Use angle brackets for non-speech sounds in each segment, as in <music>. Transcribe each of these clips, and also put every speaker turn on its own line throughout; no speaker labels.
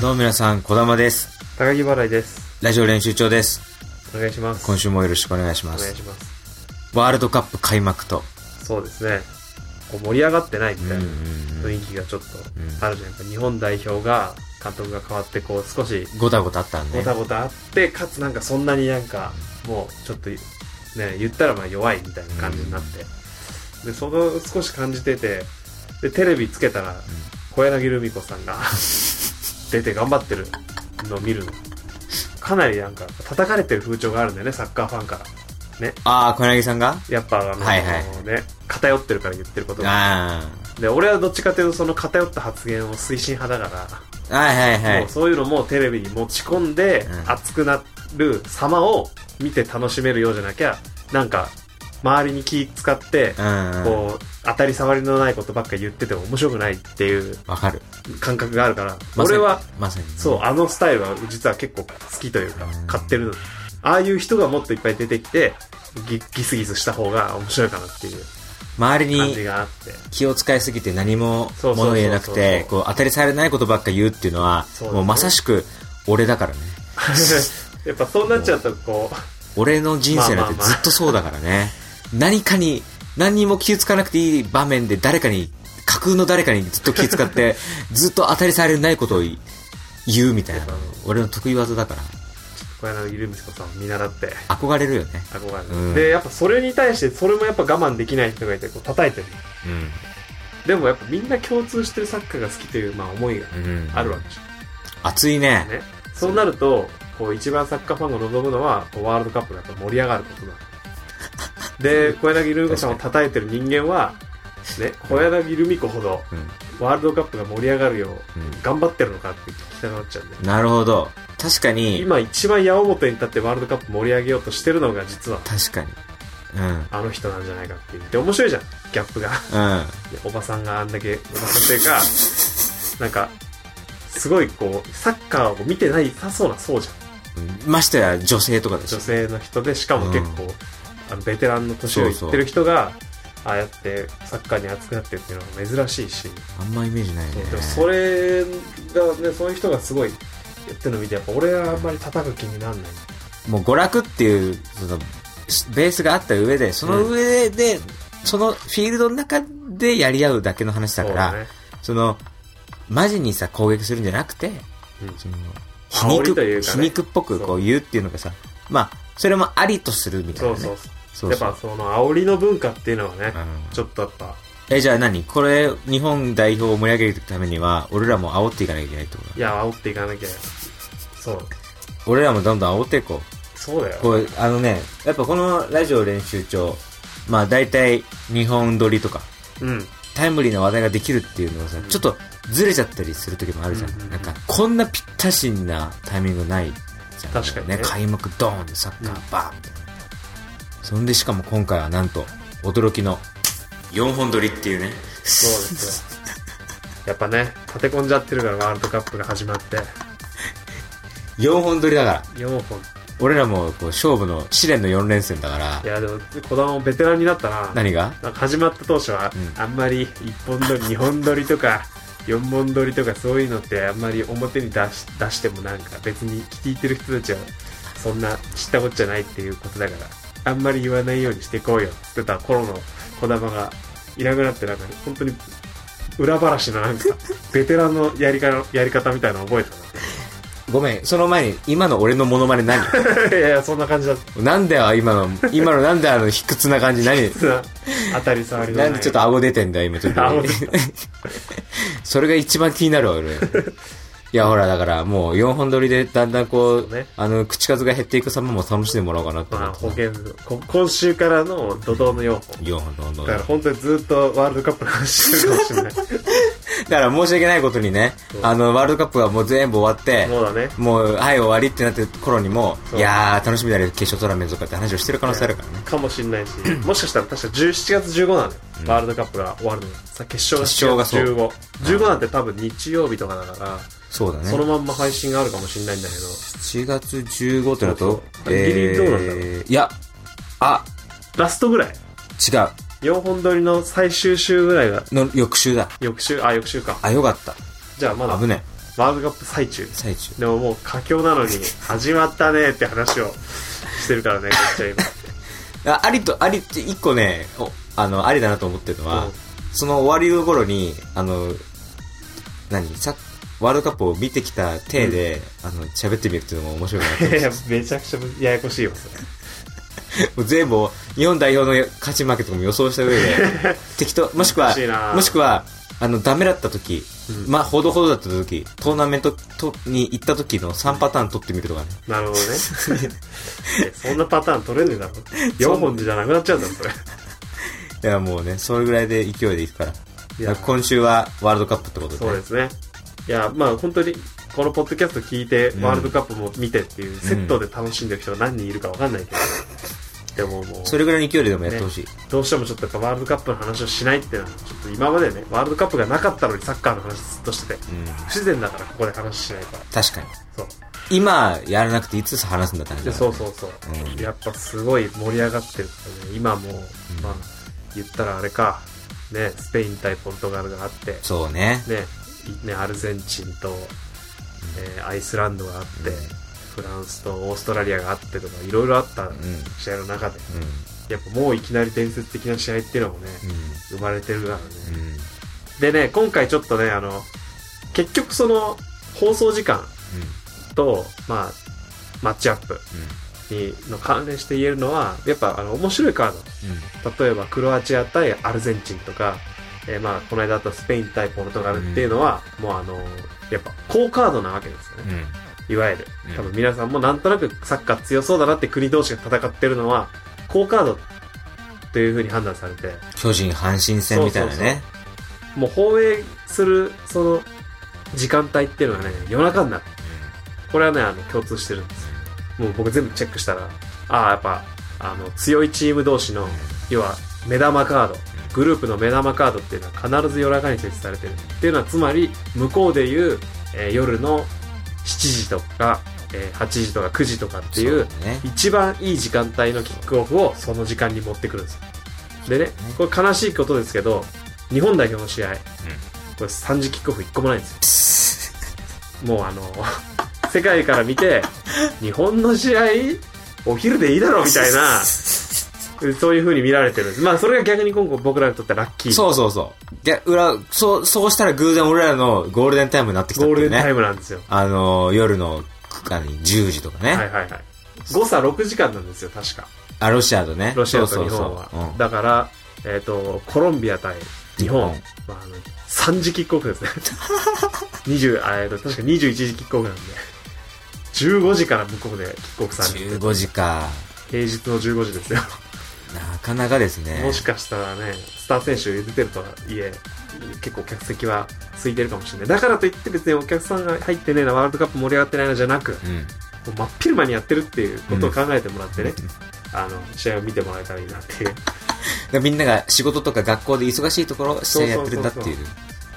どうも皆さん、こだまです。
高木払いです。
ラジオ練習長です。
お願いします。
今週もよろしくお願いし
お
ま
願い
す。
します。
ワールドカップ開幕と。
そうですね。こう盛り上がってないみ
うん
た
う
い
ん
な
う
雰
ん
囲気がちょっと
うん
あるじゃないですか。日本代表が、監督が変わって、こう少し
ごたごたあったん
ご
で。
たごたあって、かつなんかそんなになんか、もうちょっと、ね、言ったらまあ弱いみたいな感じになって。で、その少し感じてて、で、テレビつけたら、小柳ルミ子さん
<laughs>
が出て頑張ってるのを見るの。かなりなんか、叩かれてる風潮があるんだよね、サッカーファンから。
ああ、小柳さんが
やっぱあの、
はいはい
ね、偏ってるから言ってることが。
あ
で、俺はどっちかというとその偏った発言を推進派だか
あ。はいはい
ら、
はい
も。
う
そういうのもテレビに持ち込んで
う、ん
熱くなる様を見て楽しめるようじゃなきゃ、なんか、周りに気使って、
うんうん。
こう、当たり障りのないことばっか言ってても面白くないっていう
わかる。
感覚があるから、
まさ
俺
に
は、、
まさにね。
そう、あのスタイルは実は結構好きというか、買ってるの。ああいう人がもっといっぱい出てきて、ギギスギスした方が面白いかなっていう。
周り
感じ
に
があって <laughs>
気を使いすぎて何も
そうそうそうそう
物言えなくて、こう当たりされないことばっか言うっていうのは
そう、ですね
もうまさしく俺だからね。
やっぱそうなっちゃうとこ
俺の人生
まあ
な
ま
ん
あ
て
まあ
ずっとそうだからね。何かに、何にも気をつかなくていい場面で誰かに、架空の誰かにずっと気を使
<laughs>
って、ずっと当たりされないことを言うみたいなの。俺の得意技だから。
う小柳ルミ子さんを見習って
憧れるよね。
憧れて、
うん
でやっぱそれに対してそれもやっぱ我慢できない人がいてこう叩いてるでもやっぱみんな共通してるサッカーが好きというまあ思いが
うん。うん。
あるわけじゃ
熱い
ん
ね。
ねそうなるとこう一番サッカーファンが望むのはこうワールドカップがやっぱ盛り上がることだで小柳ルミ子さんを叩いてる人間はね、小柳ルミ子ほど
うん。
ワールドカップが盛り上がるよう
うん
頑張ってるのかって聞きたくなっちゃうんだよ
なるほど。確かに、
今一番矢面に立ってワールドカップ盛り上げようとしてるのが実は
確かに。うん。
あの人なんじゃないかっていうで面白いじゃんギャップが
うん。
でおばさんがあんだけおばさんっていうかなんかすごいこうサッカーを見てないさそうなそうじゃん
ましてや女性とかでしょ
女。性の人でしかも結構、あのベテランの年をいってる人がああやってサッカーに熱くなってるっていうのは珍しいし、
あんまイメージないね
そう。でもそれがねそういう人がすごいやってるの見てやっぱ俺はあんまり叩く気になんない
もう娯楽っていうそのしベースがあった上でその上で、そのフィールドの中でやり合うだけの話だからそ
そうね
のマジにさ攻撃するんじゃなくて
うん
その皮
煽
肉
りというか
皮
ね
肉っぽくこ
そう
言うっていうのがさまあそれもありとするみたい
そ
な
う
ね
そう
そう
やっ
そう
ぱその煽りの文化っていうのはね、
うん
ちょっとやっぱ
えじゃあ何これ日本代表を盛り上げるためには俺らも煽っていかなきゃいけないってこと
いや煽っていかなきゃそう
俺らもどんどん煽っていこう
そうだよ
こうあのねやっぱこのラジオ練習帳まあ大体日本撮りとか
うん
タイムリーな話題ができるっていうのはさ、
ん
ちょっとずれちゃったりする時もあるじゃん。
うんうんうん
なんか、こんなぴったしなタイミングないじゃん。
確かにね
開幕ドーンでサッカーバーンみたいな。そんでしかも今回はなんと、驚きの4本撮りっていうね。
そうですよやっぱね立て込んじゃってるからワールドカップが始まって
4本撮りだから。
4本
俺らもこう勝負の試練の4連戦だから
い。やでも子供ベテランになったな
何が
なんか始まった当初は、
うん
あんまり1本撮り2本撮りとか4本撮りとかそういうのってあんまり表に出し出してもなんか別に聞いてる人たちはそんな知ったこっちゃないっていうことだからあんまり言わないようにしてこうよって言ってた頃の児玉がいなくなってなんか本当に裏話の
<laughs>
なんかベテランのやりかやり方みたいなの覚えた
ごめん、その前に今の俺のモノマネ
<laughs>
何
ないやいやそんな感じだっ
なんだよ、今の、今のなんだよ、あの卑屈な感じ何
たな当たり障りのな
ないんでちょっと顎出てんだよ、今ちょっと
顎出。
それが一番気になるわ、俺。いや、ほら、だから、もう4本撮りでだんだんこう、
そうね
あの、口数が減っていく様も楽しんでもらおうかなと
まあ
思
保
って。
険こ今週からの怒涛の4本
4本どんどんどん
だから本当にずっとワールドカップの話してるかもしれ <laughs> ない。
だから申し訳ないことにね
そ、う
あの、ワールドカップがもう全部終わって、
そうだね。
もう、はい、終わりってなってる頃にも、
そ
いうやー、楽しみだね、決勝トーナメントとかって話をしてる可能性あるからね。
かもしれないし、もしかしたら確か17月15なのよ。ワールドカップが終わるのよ。さ、決勝が
決勝
15。15なんて多分日曜日とかだから、
そうだね。
そのまんま配信があるかもしれないんだけど。
7月15ってなると、
そうギリどうなんだろう
えーいや、あ、
ラストぐらい。
違う。
4本撮りの最終週ぐらいが、
の、翌週だ。
翌週、あ、翌週か。
あ、よかった。
じゃあまだ
危ね
ワールドカップ最中
最中。
でももう佳境 <laughs> なのに始まったねって話をしてるからねこっちは <laughs> 今
あありと、あり、一個ね、おあの、ありだなと思ってるのは、
うん
その終わりの頃に、あの、何さワールドカップを見てきた体で、あの、喋ってみるっていうのも面白いなと思っ
いや
て。
めちゃくちゃややこしいよそれ
もう全部、日本代表の勝ち負けとかも予想した上で、
<laughs>
適当、もしくは
難しいな、
もしくは、あの、ダメだった時、
うん
まあ、ほどほどだった時、トーナメントとに行った時の3パターン取ってみるとかね。
なるほどねいやそんなパターン取れねえだろ4本じゃなくなっちゃうんだろそれ
いや、もうね、それぐらいで勢いでいくから。
いや
今週はワールドカップってことで、
そうですねいやまあ本当にこのポッドキャスト聞いて、
うん
ワールドカップも見てっていうセットで楽しんでる人が何人いるか分かんないけど、でももう
それぐらいの勢いででもやってほしい。
どうしてもちょっとやっぱワールドカップの話をしないっていうのはちょっと今までねワールドカップがなかったのにサッカーの話ずっとしてて
うん。
不自然だからここで話しないから
確かに。
そう
今やらなくていつ話すんだったん
で
だ
そうそうそう、
うん
やっぱすごい盛り上がってるからね今もう、まあ言ったらあれかねスペイン対ポルトガルがあって
そうね。
ねいねアルゼンチンと、えーアイスランドがあって、
うん
フランスとオーストラリアがあってとかいろいろあった
うん。うん。
試合の中でやっぱもういきなり伝説的な試合っていうのもね
う
生まれてるからね、
ん。うん。
でね今回ちょっとねあの結局その放送時間と、まあ、マッチアップにの関連して言えるのはやっぱあの面白いカー
うん。
ド例えばクロアチア対アルゼンチンとか、えーまあ、この間あったスペイン対ポルトガルっていうのは、もうあのやっぱ好カードなわけですよね、
うん。
いわゆる
うん
多分皆さんもなんとなくサッカー強そうだなって国同士が戦ってるのは好カードというふうに判断されて
巨人阪神戦みたいなね。
もう放映するその時間帯っていうのはね夜中になるこれはねあの共通してるんですよもう僕全部チェックしたらああやっぱあの強いチーム同士の要は目玉カードグループの目玉カードっていうのは必ず夜中に設置されてるっていうのはつまり向こうでいう、えー夜の7時とか、えー8時とか9時とかってい
そう
う
だね。
一番いい時間帯のキックオフをその時間に持ってくるんですよでねこれ悲しいことですけど日本代表の試合、これ3時キックオフ1個もないんですよもうあの <laughs> 世界から見て日本の試合お昼でいいだ <laughs> ろうみたいな
<laughs>
そういう風に見られてるんですまあそれが逆に今後僕らにとってラッキー
そうそうそう。で、裏、そう、そうしたら偶然俺らのゴールデンタイムになってきたっ
ゴ
て
ール
い
デ
う
ンタ
ね
イ。ムなんですよ、
あの、夜の、何、10時とか
は
ね。
いはいはい誤差6時間なんですよ確か
あ、ロシアとね。
ロシアと日本
そうそう
は
そう。
だからえっとコロンビア対日本
日本
まああの3時キックオフですね <laughs> 20あえっと確か21時キックオフなんで15時から向こうでキックオフされ
うん
る
15時か。
平日の15時ですよ
なかなかですね。
もしかしたらね、スター選手出てるとはいえ、結構客席は空いてるかもしれない。だからといって別にお客さんが入ってねえな、ワールドカップ盛り上がってないなじゃなく、も
うん。
う真っ昼間にやってるっていうことを考えてもらってね、あの、試合を見てもらえたらいいなっていう。
でみんなが仕事とか学校で忙しいところをしてやってるんだっていう。
そう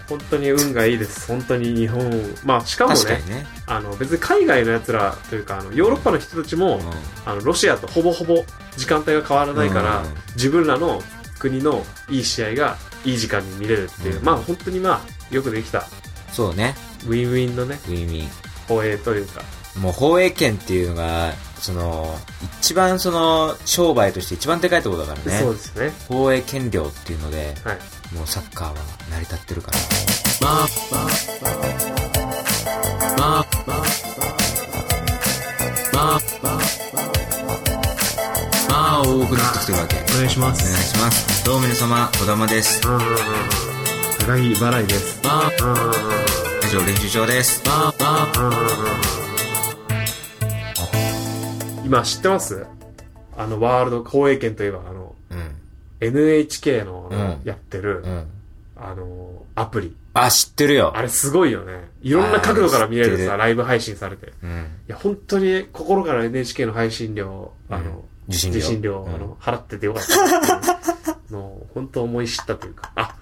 本当に運がいいです。本当に日本、まあしかも
確か
ね、
にね。
あの、別に海外の奴らというか、あの、ヨーロッパの人たちも、
う
あの、ロシアとほぼほぼ時間帯が変わらないから、
うん
自分らの国のいい試合がいい時間に見れるっていう、
うん
まあ本当にまあ、よくできた
んそうね。
ウィンウィンのね、
ウィンウィ
放映というか。
ン。もう放映権っていうのが、その、一番その、商売として一番でかいところだから
そう
ね。
ですね。
放映権料っていうので、
はい。
もうサッカーは成り立ってるから。まあ、多くなってきてるわけ。お願い
お願いしま
します。どうも皆様、小玉です。
うんうんうんうん。高木払いです。うんうんうんうん
以上、練習場です。
うんうん今知ってますあの、ワールド、放映権といえば、あの、
うん。
NHK の
うん
やってる、
うん。
あの、アプリ。
あ、知ってるよ
あ。れすごいよね。いろんな角度から見れ
あれ知っ
る
て
さ、
る
ライブ配信されて。い
うん。
や、本当に心から NHK の配信料、あの、
受信料。
受信料を
うん
あの払っててよかったなっていう <laughs> のを本当思い知ったというか、あ、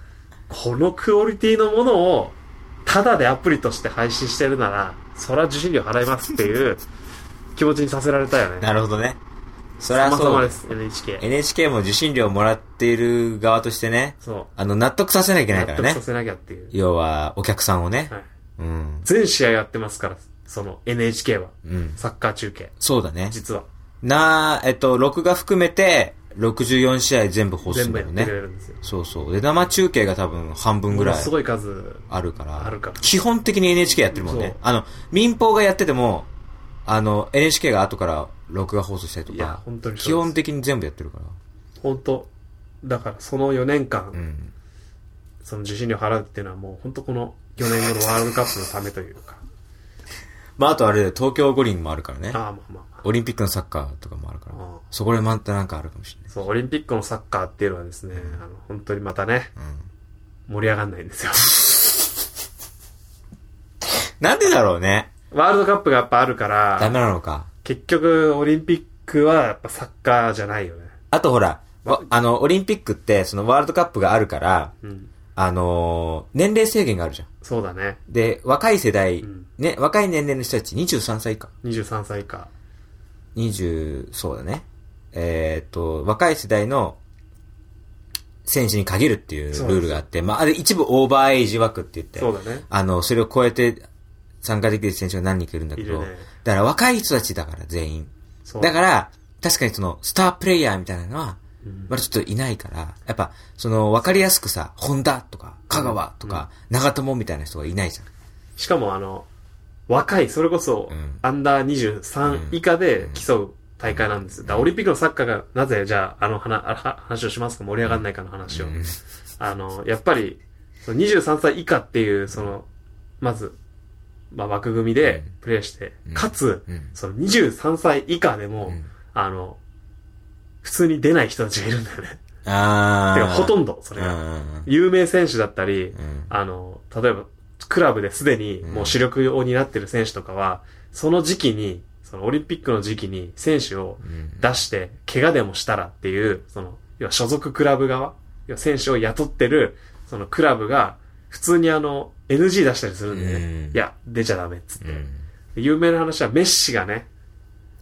このクオリティのものをただでアプリとして配信してるなら、そら受信料払いますっていう <laughs> 気持ちにさせられたよね。
なるほどね。そり
さ
ゃ
ま
そ
さ
う
ま
だ
です、NHK。
NHK も受信料もらっている側としてね、
そ。
あの、納得させなきゃいうけな
納
いから
得さ
ね。
せなきゃっていう。
要は、お客さんをね、
はい。
うん。
全試合やってますから、その NHK は。
うん。
サッカー中継。
そうだね。
実は。
なえっと、録画含めて、64試合全部放
全
送
部
だ
やっ
よ
て
ね
く。れるんですよ。
そうそう。で、生中継が多分半分ぐ
もの
らい
すごい数。
あるから。
あるから
基本的に NHK やってるもん
そう
ね。あの、民放がやってても、あの、NHK が後から録画放送したりと
いや
か、、
本当にそうです
基本的に全部やってるから。
本当だからその4年間、
うん。
その受信料払うっていうのはもう本当この4年後のワールドカップのためというか。
まあ、あとあれだよ東京五輪もあるからね
ああ、。まあまあま
オリンピックのサッカーとかもあるから
ああ。
そこでまたなんかあるかもしれ
あ。
ない。
そう、オリンピックのサッカーっていうのはですね、あの、本当にまたね、盛り上がんないんですよ。 <laughs>
なんでだろうね。
ワールドカップがやっぱあるか
ダメ
ら、
なのか。
結局オリンピックはやっぱサッカーじゃないよね。
あとほら、わあの、オリンピックって、そのワールドカップがあるから、
うん。
あのー年齢制限があるじゃん。
そうだね。
で、若い世代、
ん
ね、若い年齢の人たち23歳以下。
23歳以下。
20、そうだね。えーっと、若い世代の選手に限るっていう
そうです
ルールがあって、まあ、あれ一部オーバーエイジ枠って言って、
そうだね。
あの、それを超えて参加できる選手が何人かいるんだけ
いる
ど、
ね
だから若い人たちだから全員。
そう。、
だからら、確かにその、スタープレイヤーみたいなのは、まだちょっといないから、やっぱ、その、わかりやすくさ、ホンダとか、香川とか、長友みたいな人がいないじゃ
しかもあの、若い、それこそ
うん、
アンダー23以下で競う大会なんですよ。だからオリンピックのサッカーが、なぜ、じゃあ、あの話、あは話をしますか盛り上がんないかの話を。
ん。うん
あの、やっぱり、その23歳以下っていう、その、まず、まあ、枠組みで
うん
プレーして、
うん
かつ
うん、
その23歳以下でも
うん、
あの、普通に出ない人たちがいるんだよね。
あ
て
ー。
か、ほと
ど
んど、それ
う
が。
ん。
有名選手だったり、
うん
あの、例えば、クラブですでにもう主力を担ってる選手とかは、その時期に、そのオリンピックの時期に選手を
うん
出して、怪我でもしたらっていう、その、要は所属クラブ側、要は選手を雇ってる、そのクラブが、普通にあの、NG 出したりするんでね
う。ん
いや、出ちゃダメっつって
う。ん
有名な話はメッシがね、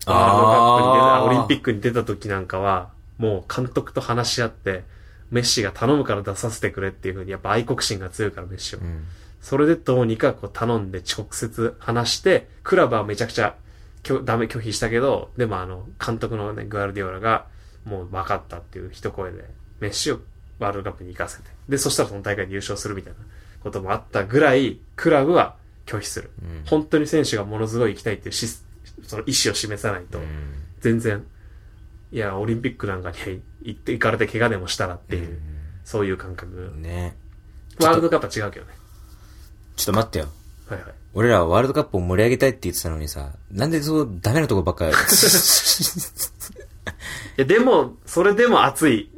あー
ワールドカップに出た、オリンピックに出た時なんかは、もう監督と話し合って、メッシが頼むから出させてくれっていうふうに、やっぱ愛国心が強いからメッシを。
うん
それでどうにかこう頼んで直接話して、クラブはめちゃくちゃ拒ダメ拒否したけど、でもあの、監督のね、グアルディオラが、もう分かったっていう一声で、メッシをワールドカップに行かせて。で、そしたらその大会で優勝するみたいなこともあったぐらい、クラブは拒否する。
うん
本当に選手がものすごい行きたいっていうしその意思を示さないと、全然、いや、オリンピックなんかに行って行かれて怪我でもしたらっていう、そういう感覚
う。んね
ワールドカップは違うけどね。
ちょっと待ってよ。
はいはい。
俺らはワールドカップを盛り上げたいって言ってたのにさ、なんでそうダメなとこばっ
<laughs>
かり。
いや、でも、それでも熱
<laughs>
い。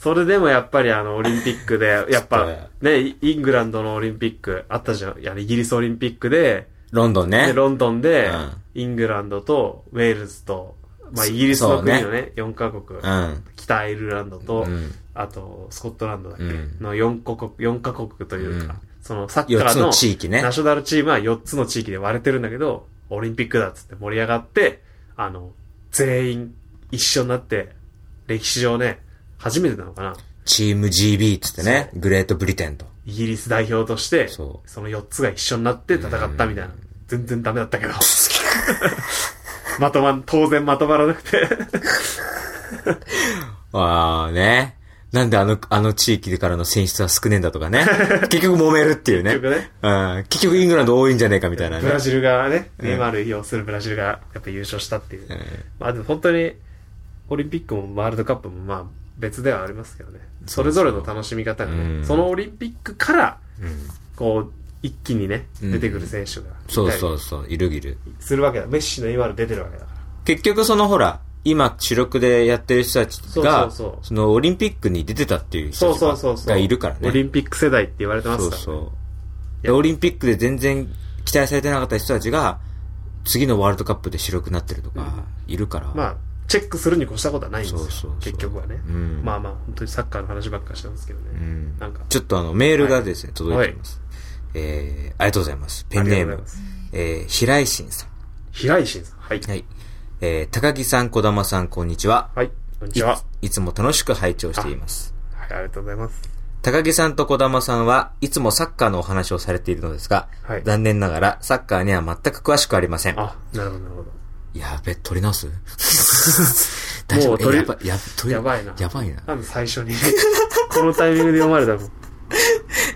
それでもやっぱりあの、オリンピックで、やっ
ちょ
ぱ
っとね、
ね、イイングランドのオリンピックあったじゃん。いや、イギリスオリンピックで、
ロンドン
で
ね。
ロンドンで
うん、
イングランドとウェールズと、まあ、イギリスの国
そ
の
う
ね、4カ国、
うん。
北アイルランドと、
うん
あと、スコットランドだっけ、
うん
の4カ国、四カ国というか、
うん
そのサッ
4
カ
つ
ーの
の地域ね
ナ。ショナルチームは4つの地域で割れてるんだけど、オリンピックだっつって盛り上がって、あの、全員一緒になって、歴史上ね、初めてなのかな。
チーム GB っつってね。グレートブリテンと。
イギリス代表として、そ
そう
の4つが一緒になって戦ったみたいな。全然ダメだったけど。 <laughs> まとまん、当然まとまらなくて。
ああね。なんであの、あの地域からの選出は少ねえんだとか
<laughs>
ね。結局揉めるっていうね。
結局ね
うん。結局イングランド多いんじゃねえかみたいな
ブラ
ね。
ジルがね、ネイマール擁するブラジルがやっぱ優勝したっていう。まあでも本当に、オリンピックもワールドカップもまあ別ではありますけどね。それぞれの楽しみ方が
う
ね、
ん
そのオリンピックから、
うん
こう、一気にね、
うん
出てくる選手が。
そうそうそう。いるいる。
するわけだ。メッシの今の出てるわけだから。
結局そのほら、今主力でやってる人たちが、
そうそうそう
そのオリンピックに出てたっていう人
そう
たち
そうそうそう。
ががいるからね。
オリンピック世代って言われてま
そ
す
う
から。
そう。でオリンピックで全然期待されてなかった人たちが、次のワールドカップで白くなってるとか、いるから。
まあ、チェックするに越したことはないんですよ。
そうそうそう
結局はね。
うん
まあまあ、本当にサッカーの話ばっかりしてますけどね。
ん
なんか、
ちょっとあの、メールがですね、届いています。えー、ありがとうございます。ペンネー
ありがとう
ム
ござい、
えー、平井新さん。
平井慎さん。はい。
はい。えー、高木さん、小玉さん、こんにちは。
はい。こんにちは。はい
いつも楽しく拝聴しています。
ありがとうございます。
高木さんと小玉さんはいつもサッカーのお話をされているのですが、
はい
残念ながらサッカーには全く詳しくありません。
あ、なるほど、なるほ
やべ、取り直す
<laughs>
大丈
も
夫
う取
え
り
やばや
ど。
取り
やばいな。
やばいな。
なんで最初に。 <laughs> このタイミングで読まれたもん。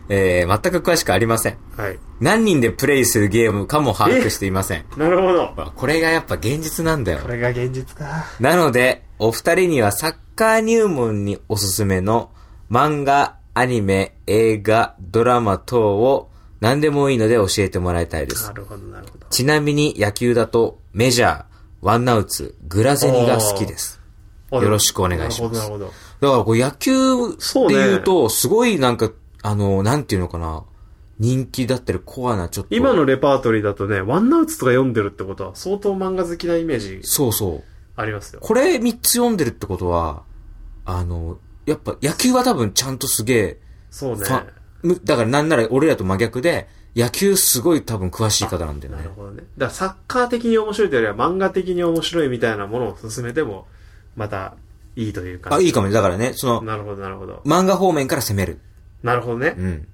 えー、全く詳しくありません。
はい。
何人でプレイするゲームかも把握していません。
なるほど。
ほらこれがやっぱ現実なんだよ
こ。れが現実か。
なので、お二人にはサッカー入門におすすめの漫画、アニメ、映画、ドラマ等を何でもいいので教えてもらいたいです
な。るほど、なるほど。
ちなみに野球だとメジャー、ワンナウツ、グラゼニが好きです。
あ
よろしくお願いします
なるほど、なるほ
だからこう野球っていうと、すごいなんか、あの、なんていうのかな、人気だったりコアなちょっと。
ど。今のレパートリーだとね、ワンナウツとか読んでるってことは、相当漫画好きなイメージ
そうそう。
ありますよ。
これ3つ読んでるってことは、あの、やっぱ野球は多分ちゃんとすげえ、
そうね。
ファンむだからなんなら俺らと真逆で、野球すごい多分詳しい方なんだよ
な
ね
る。ほどね。だからサッカー的に面白いというよりは漫画的に面白いみたいなものを進めても、またいいというか。
あ、いいかもね。だからね、その、
なるほど、なるほど。
漫画方面から攻める。
なるほどね
う。ん。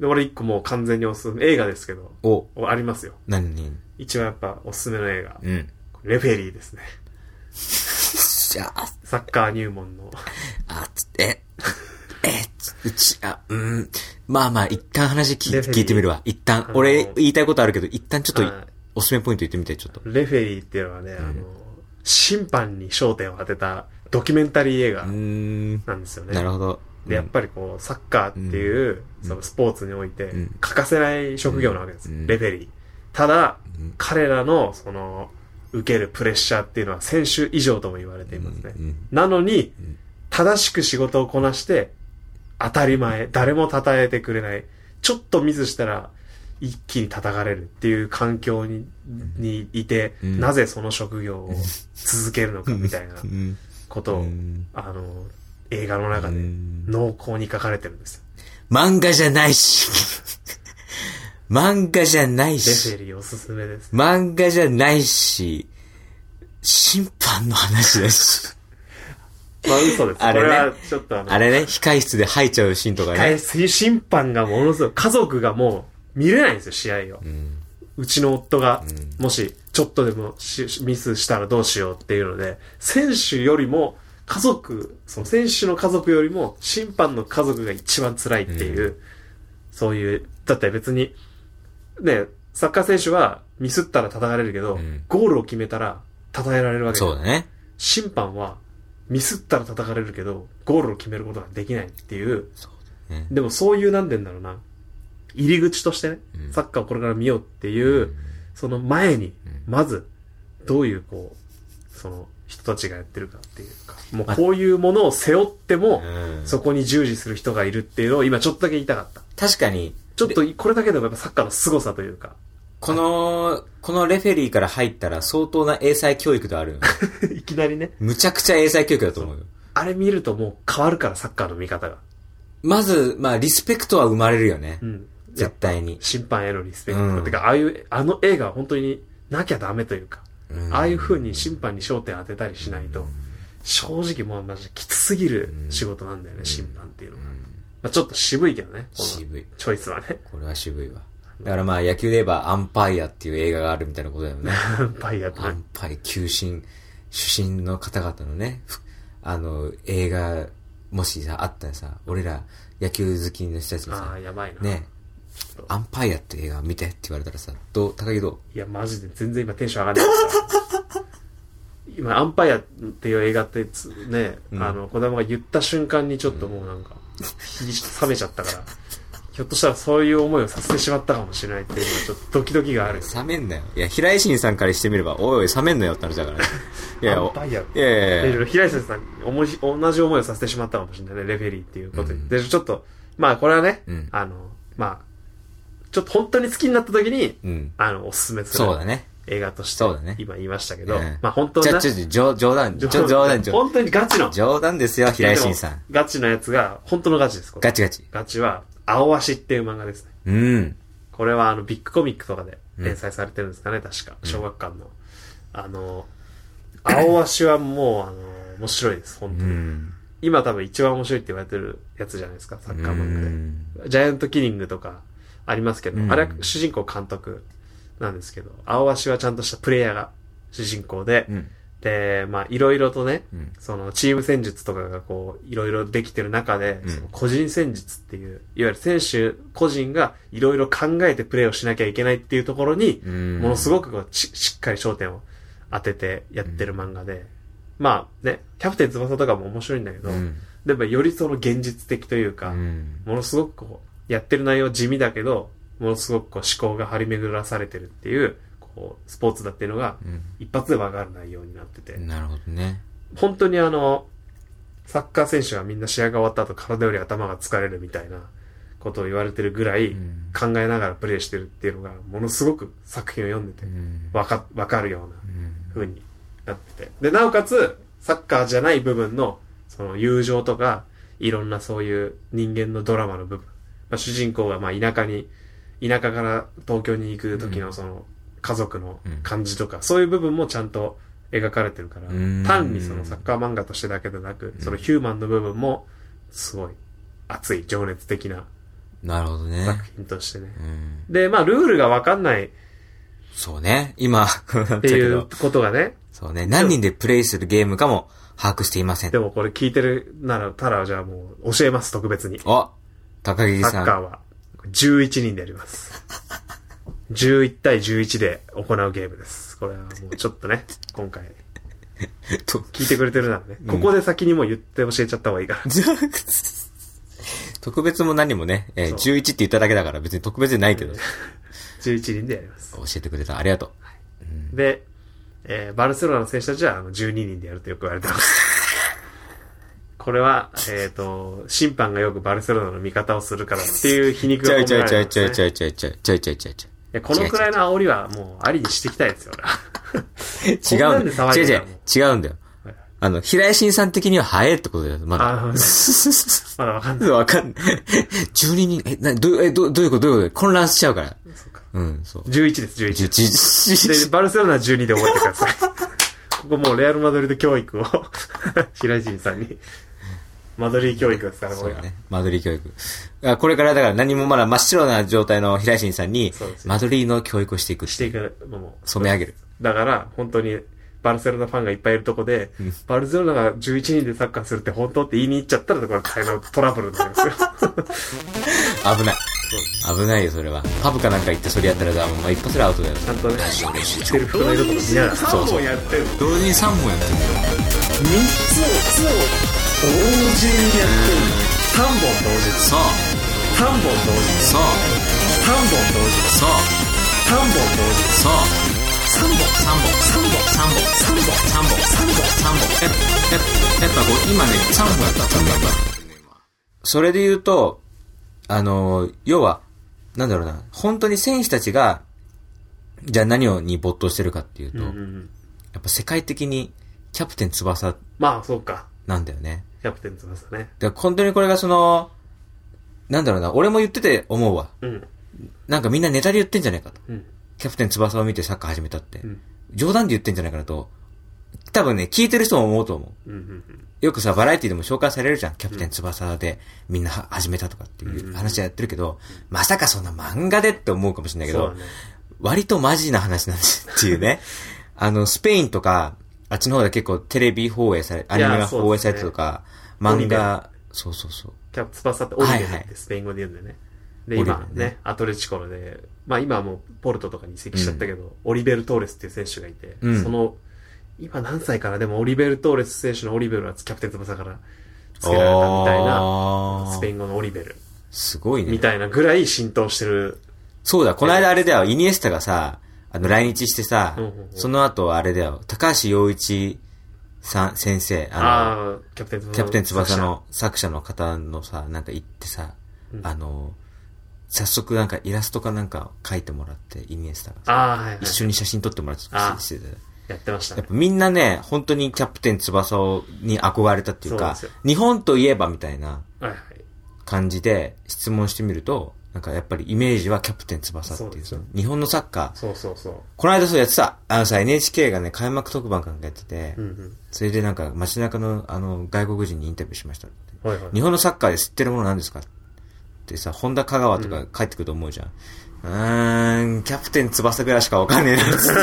で俺一個もう完全におすすめ、映画ですけど、
を、
おありますよ。
何人
一応やっぱおすすめの映画。
うん。
レフェリーですね。
じゃあ、
サッカー入門の。
あ、つえ、え、つうち、あ、うん。まあまあ、一旦話聞
レ
い
フェリー
聞いてみるわ。一旦
あ、の
俺言いたいことあるけど、一旦ちょっと
はい、
おすすめポイント言ってみて、ちょっと。
レフェリーっていうのはね、あの、審判に焦点を当てたドキュメンタリー映画
うーん。
なんですよね。
なるほど。
で、やっぱりこう、サッカーっていう、そのスポーツにおいて、欠かせない職業なわけです。
うん
レフェリー。ただ、
うん
彼らの、その、受けるプレッシャーっていうのは選手以上とも言われていますね。
うんうん
なのに、正しく仕事をこなして、当たり前、誰も称えてくれない。ちょっとミスしたら、一気に叩かれるっていう環境に、にいて、
うん
なぜその職業を続けるのかみたいな
うん。うん
こと
う
を
ん、
あの、映画の中で
うん
濃厚に書かれてるんですよ。
漫画じゃないし。 <laughs> 漫画じゃない
レ
し。
フェリーおすすめです。
漫画じゃないし、審判の話だ
<laughs>
し。
まあ嘘です。
あれね
これはちょっとあの、
あれね、控え室で吐いちゃうシーンとかね。
返す審判がものすごい、家族がもう見れないんですよ、試合を。う
うん
ちの夫が、もし、ちょっとでもしミスしたらどうしようっていうので、選手よりも、家族、その選手の家族よりも、審判の家族が一番辛いっていう、そういう、だって別に、ね、サッカー選手はミスったら叩かれるけど、
ん
ゴールを決めたら叩えられるわけじゃん
そうだね。
審判はミスったら叩かれるけど、ゴールを決めることができないっていう。
ね
でもそういう、なんて言うんだろうな。入り口としてね、
うん
サッカーをこれから見ようっていう、その前に、まず、どういうこう、その人たちがやってるかっていうか、もうこういうものを背負っても、
うん
そこに従事する人がいるっていうのを今ちょっとだけ言いたかった。
確かに、
ちょっとこれだけでもやっぱサッカーの凄さというか、
この、このレフェリーから入ったら相当な英才教育であるよね。
<laughs> いきなりね、
むちゃくちゃ英才教育だと思うよ。
あれ見るともう変わるからサッカーの見方が。
まず、まあ、リスペクトは生まれるよね
う。ん。
絶対に。
審判へのリスペクト。
うん
てか、ああいう、あの映画は本当になきゃダメというか、
うん
ああいう風に審判に焦点当てたりしないと、正直もうマジできつすぎる仕事なんだよね、審判っていうのが。まあちょっと渋いけどね、この
渋い。
チョイスはね。
これは渋いわ。だからまあ、野球で言えばアンパイアっていう映画があるみたいなことだよね。
バイヤーと
ア
ね。
ンパイ、球審、主審の方々のね、ふあの、映画、もしさ、あったらさ、俺ら、野球好きの人たちに
あ
さ
あ、、やばいな。
ね、アンパイアって映画見てって言われたらさ、どう、高木どう
いや、マジで全然今テンション上がんないから。今、アンパイアっていう映画ってつね、あの、子供が言った瞬間にちょっともうなんか、冷めちゃったから、ひょっとしたらそういう思いをさせてしまったかもしれないっていうのはちょっとドキドキがある。
冷めんなよ。いや、平井心さんからしてみれば、おいおい、冷めんなよって話だ
<laughs>
からね。いや、
ア
お
ンパイア。
いやいやいや
で平井先生さんに思い同じ思いをさせてしまったかもしれないね、レフェリーっていうことに。で、ちょっと、まあこれはね、
うん
あの、まあ、ちょっと本当に好きになった時に、
うん。
あの、おすすめする。
そうだね。
映画として
そうだね、
今言いましたけど、
ええ
まあ本当
ち
に
ょ、
な
ちょ、ちょ冗冗談、ちょ、冗談、ちょ、
本当にガチの。
冗談ですよ、平井心さん。
ガチのやつが、本当のガチです。これ
ガチガチ。
ガチは、青足っていう漫画ですね。
うん。
これはあの、ビッグコミックとかで連載されてるんですかね、確か。小学館の。あの、青足はもう、あの、面白いです、本当
う
に。
ん。
今多分一番面白いって言われてるやつじゃないですか、サッカー漫画で。ジャイアントキリングとかありますけど、
うん
あれは主人公監督なんですけど、青足はちゃんとしたプレイヤーが主人公で、
うん。
で、まあいろいろとね、
うん。
そのチーム戦術とかがこういろいろできてる中で、
うん
その個人戦術っていう、いわゆる選手個人がいろいろ考えてプレーをしなきゃいけないっていうところに、
うん。
ものすごくこうちしっかり焦点を当ててやってる漫画で、まあね、キャプテン翼とかも面白いんだけど、
うん。
でもよりその現実的というか、
うん。
ものすごくこう、やってる内容地味だけど、ものすごくこう思考が張り巡らされてるっていう、こう、スポーツだっていうのが、一発でわかる内容になってて、
うん。なるほどね。
本当にあの、サッカー選手はみんな試合が終わった後体より頭が疲れるみたいなことを言われてるぐらい、
うん
考えながらプレーしてるっていうのが、ものすごく作品を読んで
う
て、
ん。
わか、わかるような
うん
風になってて。で、なおかつ、サッカーじゃない部分の、その友情とか、いろんなそういう人間のドラマの部分。まあ、主人公がまあ田舎に、田舎から東京に行く時のその家族の感じとか、そういう部分もちゃんと描かれてるから
うん、
単にそのサッカー漫画としてだけでなく、そのヒューマンの部分も、すごい熱い、情熱的な
なるほどね。
作品としてね。
うん。
で、まあルールがわかんないっ
そうね。今、 <laughs> なっちゃう
て
け
いう
ど。
ことがね、
そうね。何人でプレイするゲームかも把握していません
で。もこれ聞いてるなら、たらじゃあもう教えます、特別に。
お高木
サ
さ
ッカー
ん。
は11人でやります。11対11で行うゲームです。これはもうちょっとね、今回、
えっと、 <laughs>
聞いてくれてるならね、
うん
ここで先にもう言って教えちゃった方がいいから。
特別も何もね、えー
そう
11って言っただけだから別に特別じゃないけど、
11人でやります。
教えてくれた。ありがと
で、えーバルセロナの選手たちはあの12人でやるとよく言われてます。これは、えっ、と、審判がよくバルセロナの味方をするからっていう皮
う。
肉
ち
が
ゃ
込
い
め
ち
ら
ゃ
れ
い
て
ち
ま
ゃ
すね
いちゃいちゃいちゃいちゃいちゃいちゃいちゃいちゃい。
いやこのくらいの煽りはもうありにしていきたいですよ、俺は
<laughs> 違
こんな
うんん
で
だ
騒
よ。
い
違う
で
違
たら
う。違うんだよ。あの、平井新さん的には早いってことだよ。ま
あ
だ。
まだわかんな
<laughs>
い。
わかんない。12人、え、な、どう、え、ど、どういうことどういうこと混乱しちゃうから。
そうか
うん、そう。
11です、11。で、
11
バルセロナは12で覚えてください。ここもうレアル・マドリード教育を、 <laughs> 白井仁さんに。マドリード教育ですから、
そ
こ
う
れ
だ
は。
ね。マドリー教育。あこれからだから何もまだ真っ白な状態の平井新さんに
そうです、よ
マドリーの教育をしていく。
していくのも。
染め上げる。
だから、本当に、バルセロナファンがいっぱいいるとこで、バルセロナが11人でサッカーするって本当って言いに行っちゃったら、これは大変なトラブルになりますよ。
危ない。危ないよ、それは。パブかなんか行ってそれやったらさ、もう一発でアウトだよ。
ちゃんとね、着てる服の色とか見ながら。
そうそう。
やってる。
同時に3本やってる。
3つを、同時にやってる。3本同時です。
そう、
3本同時です。
そう、
3本同時です。
そう、
3本同時です。
そう、
3本
3本、
3本
3本、
3本
3本、3本。
3本
やっぱ、やっぱ、やっぱこう、今ね、3本やった、3本やった。それで言うと、あのー、要は、なんだろうな、本当に選手たちが、じゃあ何をに没頭してるかっていうと、
うんう
や
んうん
っぱ世界的にキャプテン翼
まあそうか
なんだよね。
キャプテン翼ね
で、本当にこれがその、なんだろうな、俺も言ってて思うわ。
うん
なんかみんなネタで言ってんじゃないかと。
うん
キャプテン翼を見てサッカー始めたって。
うん
冗談で言ってんじゃないかなと、多分ね、聞いてる人も思うと思う。
うんうん
よくさ、バラエティでも紹介されるじゃん。キャプテン翼でみんなは始めたとかっていう話はやってるけど、まさかそんな漫画でって思うかもしれな
う
い
ん
け
そうだ
ど、
ね
割とマジな話なんですっていう
<laughs>
ね。あの、スペインとか、あっちの方で結構テレビ放映され、アニメが放映されてたとか、
そうです
漫
ね
画、そうそうそう。
キャプ翼ってオリベル
はい
っ
はい
てスペイン語で言うんだよねで
オリベル
今ねアトレチコでまあ今はもうポルトとかに移籍しちゃったけどオリベル・トーレスっていう選手がいて
うん
その今何歳かなでもオリベル・トーレス選手のオリベルはキャプテン翼から付けられたみたいな
あー
スペイン語のオリベル
すごいね
み。たいなぐらい浸透してる
そうだ、この間あれだよ、イニエスタがさ、あの、来日してさ
うんうんうん、
その後あれだよ、高橋洋一さん、先生、あの、
ああーキャプテン翼の
キャプテン翼の作者の方のさ、なんか行ってさ、
うん
あの、早速なんかイラストかなんか書いてもらって、イニエスタがさ、
ああはいはい
一緒に写真撮ってもらって
あー
してたよ
やってまし
や
たね
っぱみんなね、本当にキャプテン翼をに憧れたっていうか
そうなんで、
日本といえばみたいな
はいはい
感じで質問してみると、なんかやっぱりイメージはキャプテン翼っていう、
そうですよ
日本のサッカー、
そうそうそ
この間そうやってた、あのさ、NHK がね、開幕特番かなんかやってて、
う。うん
それでなんか街中のあの外国人にインタビューしましたって。
うん。はいはい。
日本のサッカーで知ってるものなんですかってさ、本田香川とか帰ってくると思うじゃん。うーん、キャプテン翼ぐらいしかわかんねえなっ
<laughs>
つっ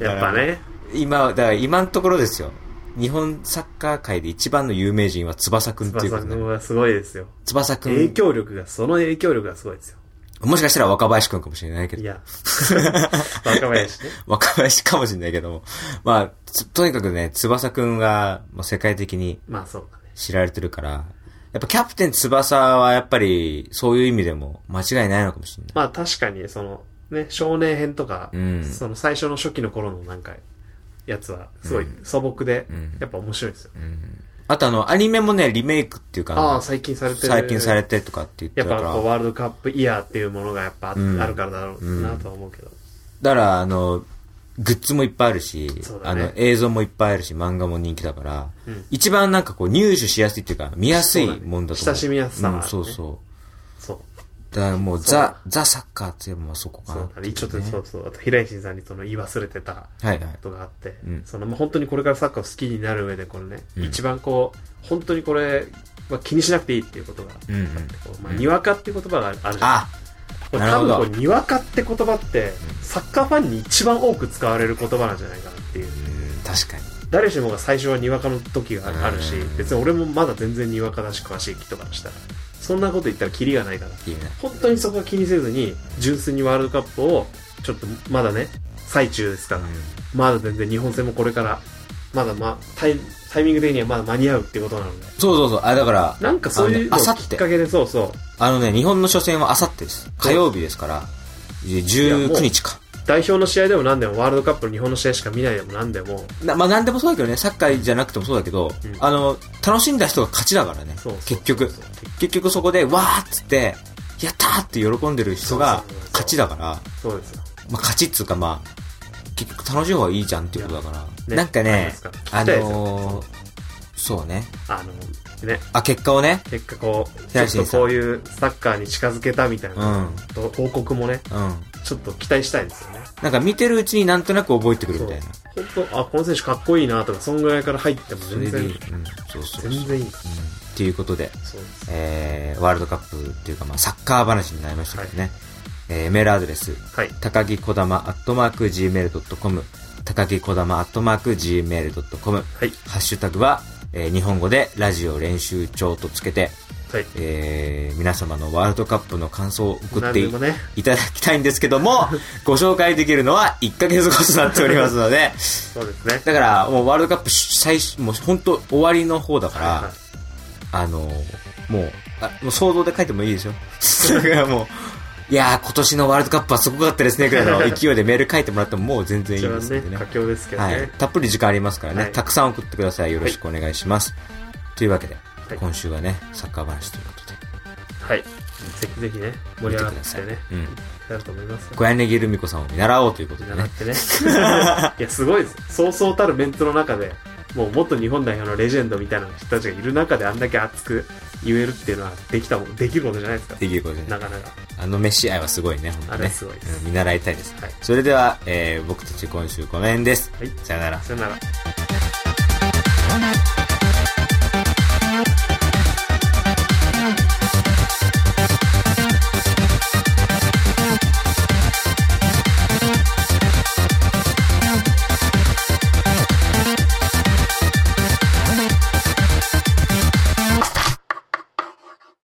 て
やっぱね。
今、だから今のところですよ。日本サッカー界で一番の有名人は翼くんっていうこ
翼
と
く
ね
ん。はすごいですよ。
翼く
影
ん。
響力が、その影響力がすごいですよ。
もしかしたら若林くんかもしれないけ
い
ど。 <laughs>
や。若林ね。
若林かもしれないけども。まあ、つとにかくね、翼くんがもう世界的に
まあそうだね。
知られてるから、やっぱキャプテン翼はやっぱりそういう意味でも間違いないのかもしれない。
まあ確かに、その、ね、少年編とか、
うん
その最初の初期の頃のなんか、やつは、すごい素朴で、やっぱ面白いですよ。
あとあの、アニメもね、リメイクっていうか、
ああ、最近されてる。
最近されてとかって言って
やった
か
ぱ
ら。
こうワールドカップイヤーっていうものがやっぱあ
ん
あるからだろうなとは思うけど。
だから、あの、グッズもいっぱいあるし、
そう
あ
だね
の、映像もいっぱいあるし、漫画も人気だから、
うん
一番なんかこう入手しやすいっていうか、見やすいもんだと思う。
そうだね親しみやすさは
う
あ
ん、
るね
そうそう。
そう。
だからもう、
そう
ザ、ザサッカーっていうのはそこか
そ
な
うだね。ちょっとそうそう。あと、平石さんにその言い忘れてた
はいはい
ことがあって、
うん
その、まあ本当にこれからサッカーを好きになる上で、これね、
うん
一番こう、本当にこれは気にしなくていいっていうことが、
うんうん
こうまあ、にわかって言葉があるじゃん。
あ、
これ
なる
多
ほど
分これにわかって言葉って、サッカーファンに一番多く使われる言葉なんじゃないかなっていう。
うん、確かに。
誰しもが最初はにわかの時があるし
うん、
別に俺もまだ全然にわかだし詳しい人からしたら、そんなこと言ったらキリがないから。
いいね。
本当にそこは気にせずに、純粋にワールドカップを、ちょっとまだね、最中ですから、まだ全然日本戦もこれから、まだまあタイ、タイミング的にはまだ間に合うってことなので、
そうそうそう。あ、だから、
なんかそういうの
あ
を
のね
きっかけで、そうそう、
あのね、日本の初戦はあさってです。火曜日ですから、19日か。
代表の試合でも何でも、ワールドカップの日本の試合しか見ないでも何でも、
なまあ、なんでもそうだけどね、サッカーじゃなくてもそうだけど、
うん
あの、楽しんだ人が勝ちだからね
そうそう、
結局。結局そこで、わーっつって、やったーって喜んでる人が
そうそうそうそう
勝ちだから、ま
そうですよ。
あ勝ちっつうかまあ、結局楽しい方がいいじゃんっていうことだから。
ね
なんか
ありま
ね
すから、
あ
聞きたいですよ
のー、そうね。
あの、ね、
あ、結果をね、
結果こう、ちょ
平
っ
石
と
さん
こういうサッカーに近づけたみたいな、
うん
と報告もね、
うん。
ちょっと期待したいですよね。
なんか見てるうちになんとなく覚えてくる
そ
み
う
たいな。。
本当あ、この選手かっこいいなとか、そんぐらいから入っても
それで
全
いい、
然、
うん、そうそうそう。
全然いいです。
うんっていうことで、
そうです。
えー、ワールドカップっていうかまあサッカー話になりましたけどね。えー、メールアドレス、
はい。
高木こだまアットマーク gmail.com 高木こだまアットマーク gmail.com
はい。
ハッシュタグは、えー日本語でラジオ練習帳とつけて、
はい。
えー皆様のワールドカップの感想を送っ
何
て
で
い,、
もね、
ただきたいんですけど
<laughs>
も、ご紹介できるのは1ヶ月後となっておりますので、
そうですね。
だからもうワールドカップ最初、もう本当終わりの方だから、
はいはい
あのもう、あ、もう想像で書いてもいいでしょ <laughs> だからもう、いやー今年のワールドカップはすごかったですね、ぐらいの勢いでメール書いてもらってももう全然いい
一
で
番
すんで
ね、
ね。
佳境ですけど
はい
ね。。
たっぷり時間ありますからね、
はい
たくさん送ってください。よろしくお願いします。というわけで、
い
今週はね、サッカー話ということで、
はい。ぜひぜひね、
見
盛り上
て
がっ
くださ
て
い。
ね、
うん。
なると思いますよ。
小柳ルミ子さんを見習おうということで
じゃな
ね。
くて
<laughs>
ね。いや、すごいです。そうそうたるメンツの中で、もう元日本代表のレジェンドみたいな人たちがいる中であんだけ熱く言えるっていうのはできたもん、できることじゃないですか。
できることでね。
なかなか。
あの飯合いはすごいね、本当
あれ
ね。
すごいです
うん見習いたいです。
はい
それでは、えー僕たち今週この辺です。
はい。
さよなら。
さよなら。
「どうなった？